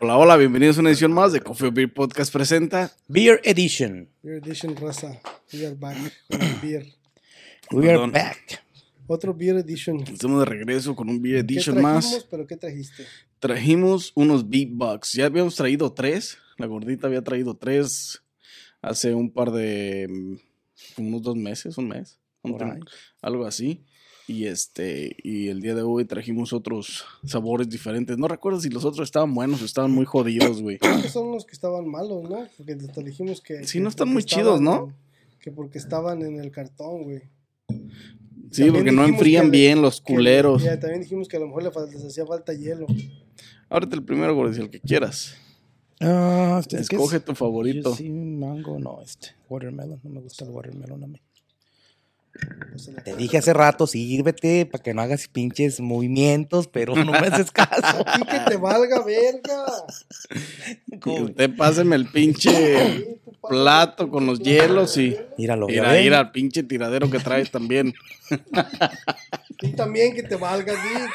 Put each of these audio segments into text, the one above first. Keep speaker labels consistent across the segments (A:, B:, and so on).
A: Hola, hola, bienvenidos a una edición más de Coffee Beer Podcast presenta.
B: Beer Edition.
C: Beer Edition Raza. We are back con el beer.
B: We are
A: Perdón.
B: back.
C: Otro Beer Edition.
A: Estamos de regreso con un Beer
C: ¿Qué
A: Edition
C: trajimos,
A: más.
C: pero qué trajiste?
A: Trajimos unos Big Bucks. Ya habíamos traído tres. La gordita había traído tres hace un par de. mm, unos dos meses, un mes. un
B: Por ahí.
A: tiempo, algo así. Y este, y el día de hoy trajimos otros sabores diferentes. No recuerdo si los otros estaban buenos o estaban muy jodidos, güey.
C: Estos son los que estaban malos, ¿no? Porque te te dijimos que...
A: Sí,
C: que
A: no están
C: porque
A: muy chidos,
C: estaban-
A: ¿no?
C: Que porque estaban en el cartón, güey.
A: Sí,
C: También
A: porque no
C: dijimos que
A: enfrían
C: le-
A: bien los
C: Que-
A: culeros.
C: Ya, también dijimos que a lo mejor le fal- les hacía falta hielo.
A: Ahorita el primero, gordito, el que quieras.
B: Ah, este, ¿qué es?
A: Escoge tu favorito.
B: Yo sí, mango, no, este. Watermelon, no me gusta el watermelon a mí.
C: O sea,
B: Te dije hace rato, sírvete para que no hagas pinches movimientos, pero no me haces caso.
C: ¡A ti que te valga verga!
A: Y usted páseme el pinche
C: Sí, tú pasa-
A: plato con los hielos y
B: Míralo, ya
A: mira,
B: ven.
A: mira al pinche tiradero que traes también.
C: Y también que te valga, Dick.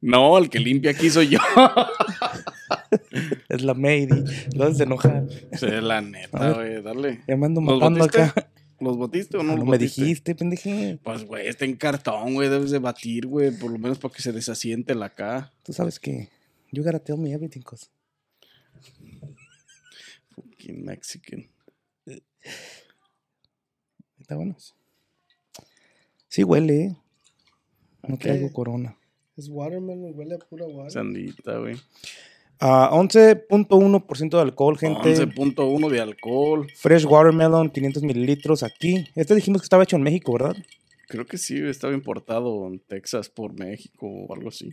A: No, el que limpia aquí soy yo.
B: Es la Mady. Lo haces enojar.
A: Sí, la neta,
B: A
A: güey,
B: ver.
A: dale.
B: Ya me ando
A: ¿Los
B: matando
A: batiste?
B: acá. Ah,
A: ¿Los batiste o no,
B: No,
A: los
B: me
A: batiste?
B: dijiste, pendeje.
A: Pues, güey, está en cartón, güey, debes de batir, güey, por lo menos para que se desasiente la acá.
B: Tú sabes que. You gotta tell me everything, cos.
A: Fucking Mexican.
B: Está bueno. Sí, huele, eh. No
A: Ok.
B: traigo corona.
C: Es watermelon, huele a pura water.
A: Sandita, güey.
B: Ah, 11.1% de alcohol, gente.
A: 11.1 de alcohol.
B: Fresh Watermelon, 500 mililitros aquí. Este dijimos que estaba hecho en México, ¿verdad?
A: Creo que sí, estaba importado en Texas por México o algo así.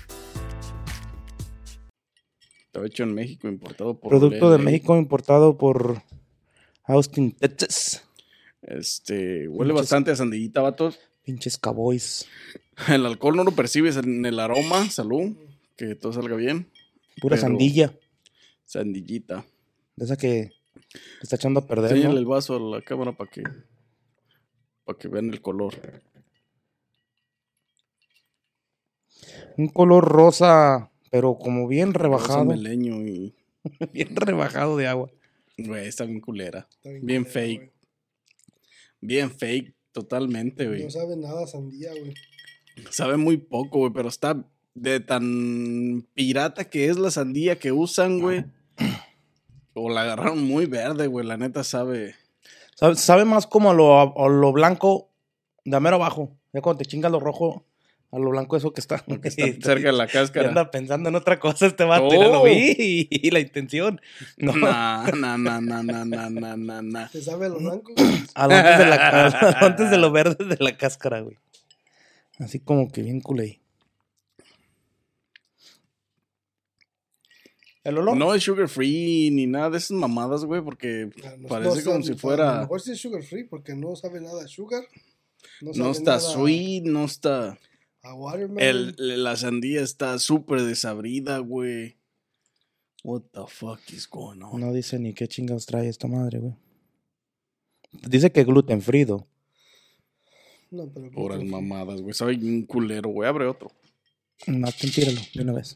A: Estaba hecho en México, importado por
B: Producto de
A: LA.
B: México importado por Austin, Texas.
A: Este, huele
B: Muchas-
A: bastante a sandillita, vatos.
B: Pinches cowboys.
A: El alcohol no lo percibes en el aroma, salud, que todo salga bien.
B: Pura
A: Pero-
B: sandilla.
A: Sandillita.
B: De esa que te está echando a perder.
A: Enséñale
B: ¿no?
A: el vaso a la cámara para que, para que vean el color.
B: Un color rosa, pero como bien
A: Vaso
B: rebajado.
A: meleño y,
B: bien rebajado de agua.
A: güey, está bien culera.
C: Está
A: Bien,
C: culero,
A: fake. Bien fake, totalmente,
C: güey.
A: güey.
C: No sabe nada a sandía, güey.
A: Sabe muy poco, güey, pero está de tan pirata que es la sandía que usan, güey. O la agarraron muy verde, güey, la neta sabe.
B: Sabe, sabe más como a lo, a lo blanco de a mero abajo. Ya cuando te chingas lo rojo, a lo blanco eso que está,
A: que está cerca de la
B: Ya
A: cáscara.
B: anda pensando en otra cosa este vato. mira,
A: ¡Oh!
B: lo vi y, la intención. No,
A: Na, na, na, na, na, na, na, na, na.
C: ¿Te sabe a lo blanco?
B: a lo antes de, la- a lo antes de lo verde de la cáscara, güey. Así como que bien culé. ¿El olor?
A: No es sugar free ni nada de esas mamadas, güey, porque
C: Ah, no-
A: parece
C: no
A: como
C: sabe-
A: si
C: A lo
A: fuera.
C: mejor sí es sugar free porque no sabe nada a sugar. No,
A: No
C: sabe
A: está
C: nada
A: sweet, no está.
C: A watermelon.
A: El, la sandía está súper desabrida, güey. What the fuck is going on?
B: No dice ni qué chingados trae esta madre, güey. Dice que gluten frido.
C: No, pero
A: Por las mamadas, güey. Sabe un culero, güey. Abre otro.
B: No, tú tíralo de una vez.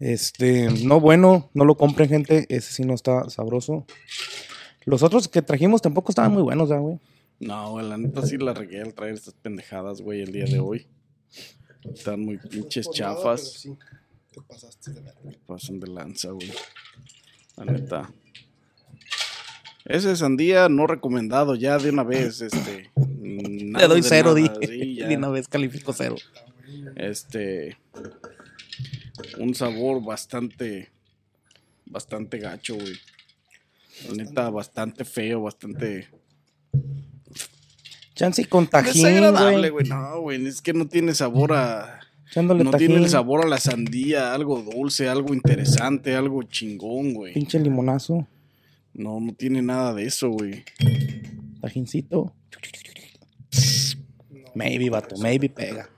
B: Este, no bueno, no lo compren, gente. Ese sí no está sabroso. Los otros que trajimos tampoco estaban muy buenos, ya, güey.
A: No, güey, la neta sí la regué al traer estas pendejadas, güey, el día de hoy. Están muy pinches
C: Pues Por nada,
A: chafas.
C: pero sí, te pasaste de verga.
A: Pasan de lanza, güey. La neta. Ese sandía no recomendado ya de una vez, este.
B: Le
A: Le
B: doy cero, dije.
A: ya.
B: De una vez califico cero.
A: Este. Un sabor bastante. Bastante gacho, güey. La Neta, bastante feo, bastante.
B: Chance y con tajín,
A: Desagradable, güey.
B: güey.
A: No, güey. Es que no tiene sabor a.
B: Echándole
A: No
B: tajín.
A: tiene el sabor a la sandía, algo dulce, algo interesante, algo chingón, güey.
B: Pinche limonazo.
A: No, no tiene nada de eso, güey.
B: Tajincito.
C: No.
B: Maybe, vato. Maybe pega.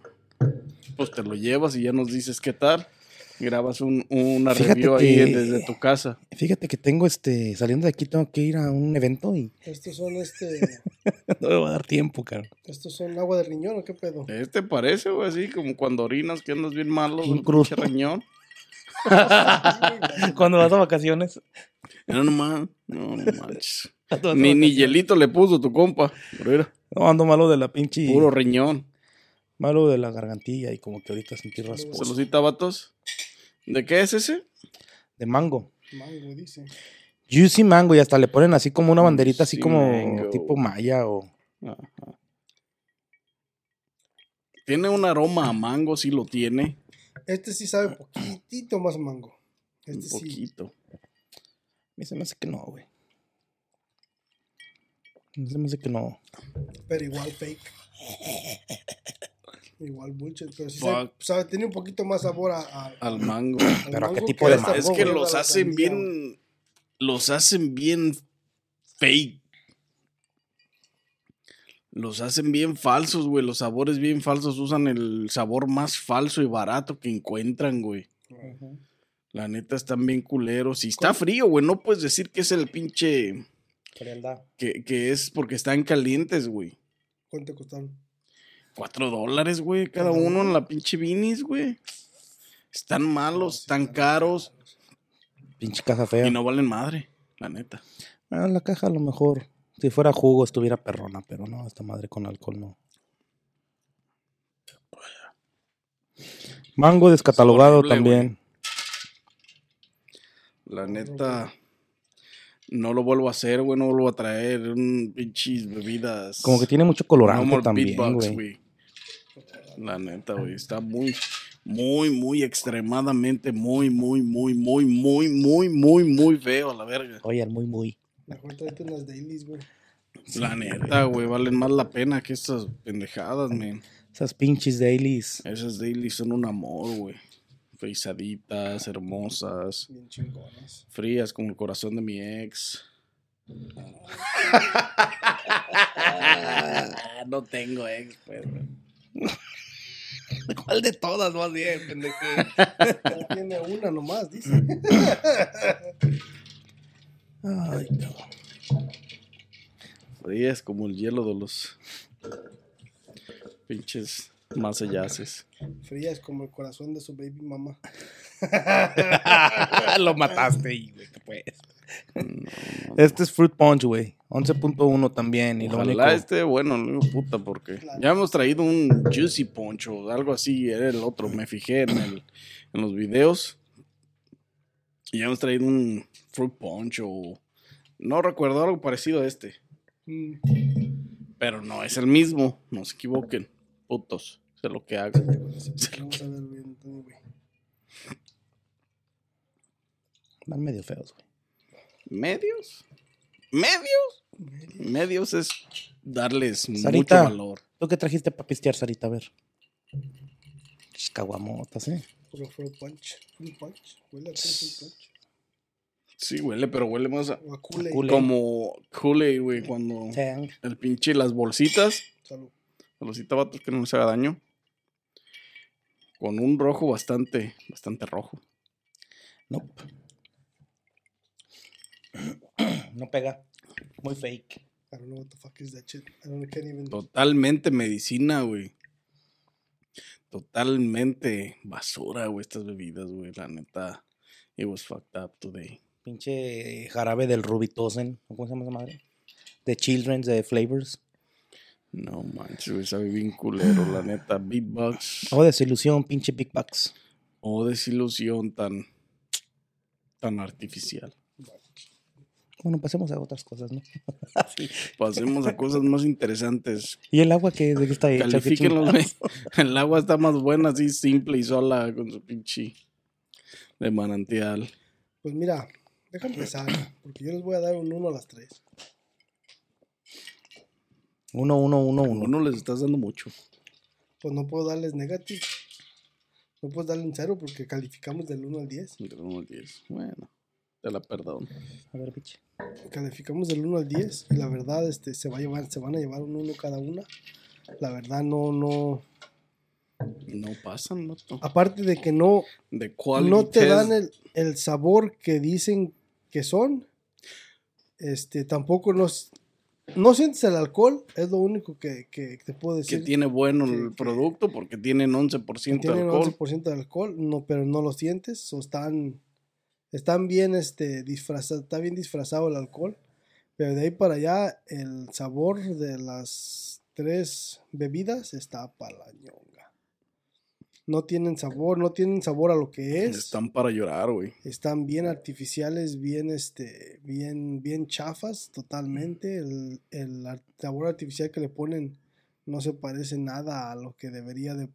A: Pues te lo llevas y ya nos dices qué tal. Grabas un, una
B: Fíjate
A: review ahí
B: que-
A: desde tu casa.
B: Fíjate que tengo este. Saliendo de aquí, tengo que ir a un evento y
C: Estos son este.
B: no me va a dar tiempo, caro.
C: Estos son agua de riñón o qué pedo.
A: Este parece, güey, así como cuando orinas que andas bien malo,
B: Bien
A: un
B: crudo.
A: pinche riñón.
B: Cuando vas a vacaciones.
A: Era nomás, no, no manches.
B: cuando vas a
A: ni, ni
B: vacaciones.
A: hielito le puso tu compa. Pero era
B: No, ando malo de la pinche.
A: puro riñón.
B: Malo de la gargantilla y como que ahorita sentí rasposo.
A: Saludita, vatos. ¿De qué es ese?
B: De mango.
C: Mango, dice.
B: Juicy mango y hasta le ponen así como una banderita, así
A: Juicy
B: como
A: mango.
B: tipo maya o.
A: Ajá. Tiene un aroma a mango, sí lo tiene.
C: Este sí sabe poquitito más mango.
A: Un
C: Este sí.
A: poquito.
B: A mí se me hace que no, güey. A mí Se me hace que no.
C: Pero igual fake. Igual bullshit. Pero sí
A: Fuck.
C: sabe, sabe- tiene un poquito más sabor a. a- al
A: Al mango.
B: Pero ¿a qué
C: mango
B: tipo de
C: al
B: mango,
A: Es
C: sabor
A: que
C: a la
A: los hacen
C: sandía, güey.
A: bien. Los hacen bien fake. Los hacen bien falsos, güey. Los sabores bien falsos usan el sabor más falso y barato que encuentran, güey. La neta están bien culeros. Y está frío, güey. No puedes decir que es el pinche. Que, que es porque están calientes, güey.
C: ¿Cuánto costaron?
A: Cuatro dólares, güey. Cada
C: Cada
A: uno en la pinche vinis, güey. Están malos, están caros.
B: Pinche caja fea.
A: Y no valen madre, la neta.
B: Ah, la caja a lo mejor. Si fuera jugo estuviera perrona, pero no, esta madre con alcohol no. Mango descatalogado
A: Horrible,
B: también.
A: La neta. No lo vuelvo a hacer, güey. No vuelvo a traer un pinches bebidas.
B: Como que tiene mucho
A: No
B: colorante
A: more
B: también,
A: beatbox,
B: güey.
A: güey. La neta, güey. Está muy, muy, muy extremadamente, muy, muy, muy, muy, muy, muy, muy, muy feo a la verga.
B: Oye, el muy, muy.
C: Mejor tráete unas dailies, güey.
A: La neta, güey. Valen más la pena que estas pendejadas, man.
B: Esas pinches dailies.
A: Esas daily son un amor, güey. Feizaditas, hermosas,
C: Bien chingonas.
A: frías como el corazón de mi ex. Ah, no tengo ex, pues.
B: ¿Cuál de todas más bien, pendejo?
C: Cada tiene una nomás, dice.
B: Ay, cabrón.
A: Frías como el hielo de los pinches masayaces.
C: Fría es como el corazón de su baby mamá.
B: Lo mataste, güey, pues. Este es Fruit Punch, güey. 11.1 también. Y lo único...
A: Ojalá este- esté bueno, no digo puta, porque ya hemos traído un Juicy Poncho o algo así, era el otro, me fijé en, el, en los videos. Y ya hemos traído un Fruit Poncho, no recuerdo algo parecido a este,
C: Mm,
A: pero no es el mismo, no se equivoquen, putos, sé lo que hago.
C: Vamos a ver, güey, entonces, güey.
B: Están medio feos, güey.
A: ¿Medios? ¿Medios? Medios es darles mucho
B: Sarita.
A: valor.
B: ¿Tú qué trajiste para pistear, Sarita? A ver. Ch, Caguamotas, ¿eh?
C: Puro fruit punch. Fruit punch. Huele a puro fruit punch.
A: Sí, huele, pero huele más a-
C: O a Kool-Aid.
B: Kool-Aid.
A: como Kool-Aid, güey, cuando
B: Tang.
A: el pinche, las bolsitas.
C: Salud.
A: A los vatos que no les haga daño. Con un rojo bastante, bastante rojo.
B: Nope. No pega. Muy fake.
C: I don't know what the fuck is that shit. I don't can't even.
A: Totalmente medicina, güey. Totalmente basura, güey, estas bebidas, güey. La neta, it was fucked up today.
B: Pinche jarabe del Rubitosen. ¿Cómo se llama esa madre? De Children's de Flavors.
A: No manches, güey, sabe bien culero, la neta. Beatbox.
B: Oh, desilusión, pinche Big Bucks.
A: Oh, desilusión tan, tan artificial.
B: Bueno, pasemos a otras cosas, ¿no?
A: Pasemos a cosas más interesantes.
B: ¿Y el agua que, de qué está hecha? ¿Qué
A: Califíquenlo,
B: chingada?
A: güey. El agua está más buena, así simple y sola, con su pinche de manantial.
C: Pues mira, deja empezar, porque yo les voy a dar un 1 a las 3.
B: Uno, uno, uno, uno.
A: Uno les estás dando mucho.
C: Pues no puedo darles negative. No puedo darle un 0 porque calificamos del 1 al 10.
A: Entre uno y diez. Bueno, te la perdono.
B: A ver, pinche.
C: Calificamos del 1 al 10 y la verdad este, se, va a llevar, se van a llevar un 1 cada una. La verdad no, no.
A: No pasan, no.
C: Aparte de que no,
A: De cuál
C: Ah, no te dan el, el sabor que dicen que son. Este, tampoco nos. No sientes el alcohol, es lo único que, que te puedo
A: que
C: decir.
A: tiene bueno el
C: que-
A: producto porque tienen 11% de
C: tienen
A: alcohol.
C: 11% de alcohol, no, pero no lo sientes, o están, están bien este, disfraza- está bien disfrazado el alcohol, pero de ahí para allá el sabor de las tres bebidas está para la ñonga. No tienen sabor, no tienen sabor a lo que es.
A: Están para llorar, güey.
C: Están bien artificiales, bien, este, bien, bien chafas totalmente. El, el ar- sabor artificial que le ponen no se parece nada a lo que debería de...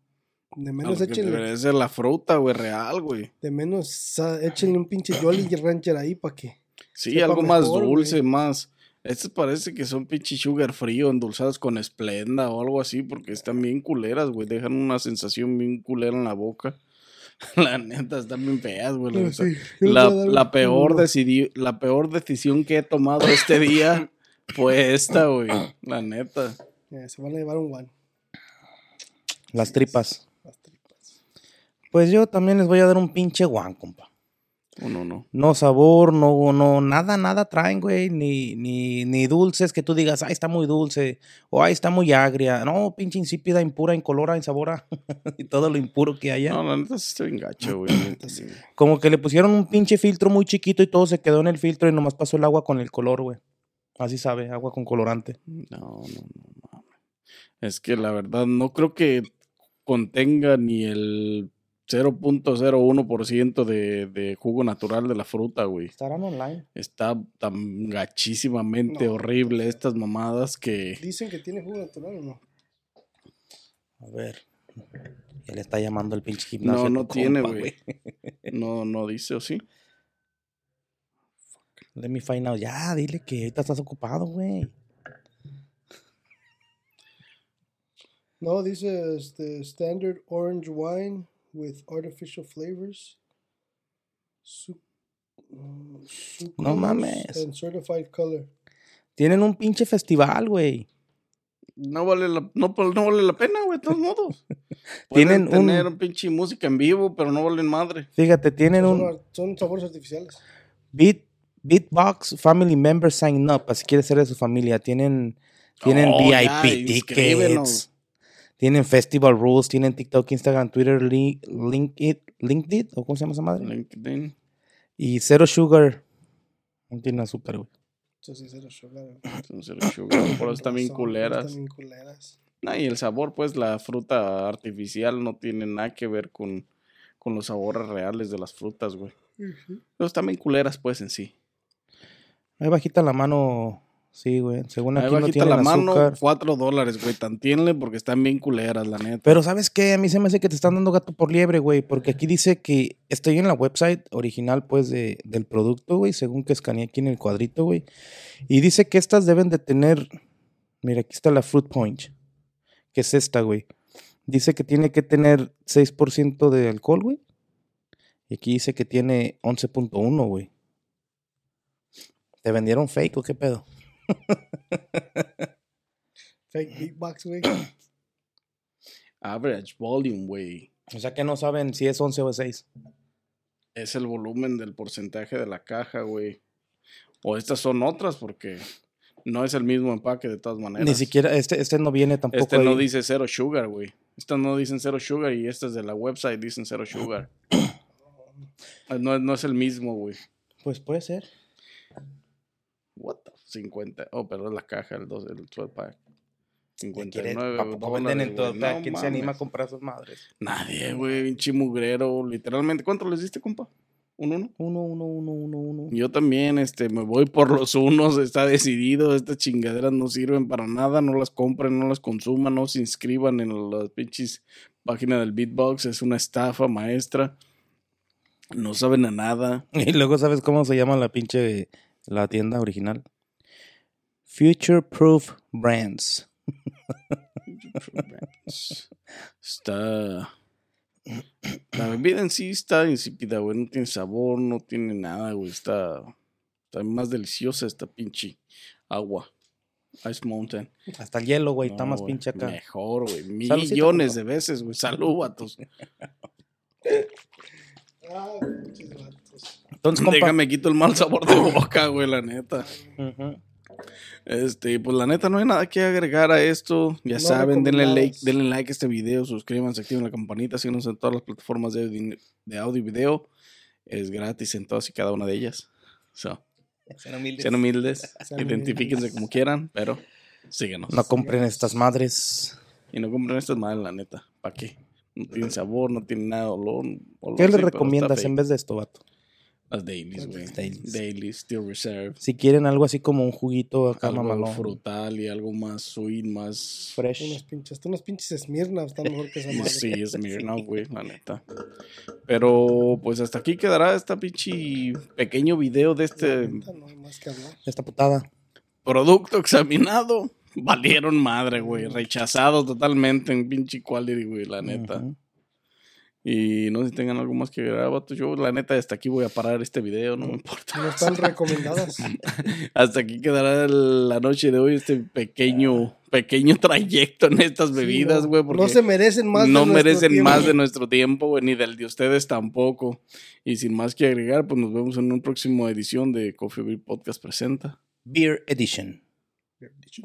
C: De
A: A
C: menos
A: lo que
C: échenle
A: debería ser la fruta, güey, real, güey.
C: de menos, sa- échenle un pinche Jolly Rancher ahí para que.
A: Sí,
C: Sepa
A: algo más
C: mejor,
A: dulce,
C: güey.
A: más. Estos parece que son pinche sugar frío, endulzadas con esplenda o algo así, porque están bien culeras, güey. Dejan una sensación bien culera en la boca. La neta, están bien feas, güey. la neta. La, la peor decidi- la peor decisión que he tomado este día fue esta, güey. La neta.
C: Eh, se van a llevar un one.
B: Las tripas.
C: las tripas.
B: Pues yo también les voy a dar un pinche guan, compa.
A: Uno no.
B: No sabor, no, no, nada, nada traen, güey. Ni, ni, ni dulces que tú digas, ay, está muy dulce. O ay, está muy agria. No, pinche insípida, impura, incolora, insabora. y todo lo impuro que haya.
A: No, la neta sí está bien gacho, güey.
C: sí.
B: Como que le pusieron un pinche filtro muy chiquito y todo se quedó en el filtro y nomás pasó el agua con el color, güey. Así sabe, agua con colorante.
A: No, no, no, mames. Es que la verdad no creo que contenga ni el 0.01% de, de jugo natural de la fruta, güey.
B: ¿Estarán online?
A: Está tan gachísimamente
C: No.
A: horrible estas mamadas que...
C: Dicen que tiene jugo natural o no.
B: A ver. Ya le está llamando el pinche
A: No,
B: gimnasio. a tu
A: no
B: compa,
A: tiene, güey. No, no dice, ¿o sí?
B: Let me find out. Ya, dile que ahorita estás ocupado, güey.
C: No, dice este, Standard Orange Wine with Artificial Flavors. Su- mm, sucrose
B: No mames.
C: And certified color.
B: Tienen un pinche festival, güey.
A: No vale la, no, pa- no vale la pena, güey, de todos modos.
B: Tienen
A: Tienen
B: un-
A: tener pinche música en vivo, pero no valen madre.
B: Fíjate, tienen
A: Pues
C: Son,
B: un
C: ar- son sabores artificiales.
B: beat, Beatbox Family Member Sign Up. Así quiere ser de su familia. Tienen, tienen
A: Oh,
B: VIP
A: ya,
B: tickets.
A: inscríbenos.
B: Tienen Festival Rules. Tienen TikTok, Instagram, Twitter, Li- LinkedIn. LinkedIn, ¿O cómo se llama esa madre?
A: LinkedIn.
B: Y Zero Sugar. No tiene azúcar, güey.
C: Entonces, cero sugar.
A: Entonces, el sugar, por eso están bien
C: Son-
A: culeras.
C: Están bien culeras.
A: No, y el sabor, pues la fruta artificial no tiene nada que ver con, con los sabores reales de las frutas, güey. Los también culeras, pues, en sí.
B: Ahí bajita la mano. Sí, güey. Según
A: Ahí
B: aquí no
A: bajita
B: tienen
A: la mano,
B: azúcar.
A: cuatro dólares, güey. Tantienle porque están bien culeras, la neta.
B: Pero ¿sabes qué? A mí se me hace que te están dando gato por liebre, güey. Porque aquí dice que estoy en la website original, pues, de- del producto, güey. Según que escaneé aquí en el cuadrito, güey. Y dice que estas deben de tener... Mira, aquí está la Fruit Punch. Que es esta, güey. Dice que tiene que tener 6% de alcohol, güey. Y aquí dice que tiene 11.1, güey. ¿Te vendieron fake o qué pedo?
C: Fake beatbox, güey.
A: Average volume, güey.
B: O sea que no saben si es 11 o es 6.
A: Es el volumen del porcentaje de la caja, güey. O estas son otras porque no es el mismo empaque de todas maneras.
B: Ni siquiera, este, este no viene tampoco.
A: Este no
B: ahí.
A: dice cero sugar, güey. Estas no dicen cero sugar y estas de la website dicen cero sugar. Ah, No, no es el mismo, güey.
B: Pues puede ser.
A: What the? 50. Oh, pero es la caja, el, dos, el 12 pack.
B: ¿Quieres?
A: 59
B: Tampoco venden en todo.
A: dólares,
B: o
A: güey.
B: sea,
A: No
B: ¿Quién se anima a
A: mames.
B: comprar esas madres?
A: Nadie, güey, pinche mugrero, literalmente. ¿Cuánto les diste, compa? ¿Un uno?
B: Uno, uno, uno, uno, uno.
A: Yo también, este, me voy por los unos, está decidido, estas chingaderas no sirven para nada, no las compren, no las consuman, no se inscriban en las pinches páginas del beatbox, es una estafa maestra, no saben a nada.
B: Y luego, ¿sabes cómo se llama la pinche la tienda original? Future Proof Brands.
A: Está... La bebida en sí está insípida, güey, no tiene sabor, no tiene nada, güey, está, está más deliciosa esta pinche agua. Ice Mountain.
B: Hasta el hielo, güey, está
A: No,
B: más
A: güey,
B: pinche acá.
A: Mejor, güey.
B: Saludcita,
A: Millones de veces, güey. Salud, vatos.
C: Ah, pinches vatos.
B: Entonces, compa.
A: Déjame quito el mal sabor de boca, güey, la neta.
B: Ujú.
A: Este, pues la neta, no hay nada que agregar a esto. Ya
C: No
A: saben, denle like,
C: recomendados.
A: denle like a este video, suscríbanse, activen la campanita, síganos en todas las plataformas de, audi- de audio y video. Es gratis en todas y cada una de ellas. So,
B: Sean humildes.
A: sean humildes,
C: Sean humildes.
A: identifíquense como quieran, pero síganos.
B: No compren estas madres.
A: Y no compren estas madres, la neta. ¿Para qué? No tienen sabor, no tienen nada de olor. olor
B: ¿Qué
A: sí,
B: le
A: pero está
B: recomiendas en
A: fake.
B: vez de esto, vato?
A: Las dailies, güey.
B: Las dailies.
A: Dailies. Steel Reserve.
B: Si quieren algo así como un juguito acá,
A: algo
B: Ah, mamalón.
A: frutal y algo más sweet, más...
C: Unos
B: Fresh.
C: pinches, hasta unos pinches Smirnoff están mejor que esa madre.
A: Sí, es Smirnoff, güey, la neta. Pero, pues, hasta aquí quedará este pinche pequeño video de este
C: Ahorita No hay más que hablar.
B: Esta putada.
A: producto examinado. Valieron madre, güey. Rechazado totalmente en pinche quality, güey, la neta.
B: Ujú.
A: Y no sé si tengan algo más que agregar, vato. Yo, la neta, hasta aquí voy a parar este video, no me importa.
C: No están recomendadas.
A: Hasta aquí quedará el- la noche de hoy este pequeño, pequeño trayecto en estas bebidas,
C: Sí, no.
A: güey, porque
C: No se merecen más de
A: no
C: nuestro
A: merecen
C: tiempo.
A: más de nuestro tiempo, güey, ni del de ustedes tampoco. Y sin más que agregar, pues nos vemos en un próximo edición de Coffee Break Podcast Presenta.
B: Beer Edition.
C: Bien dicho.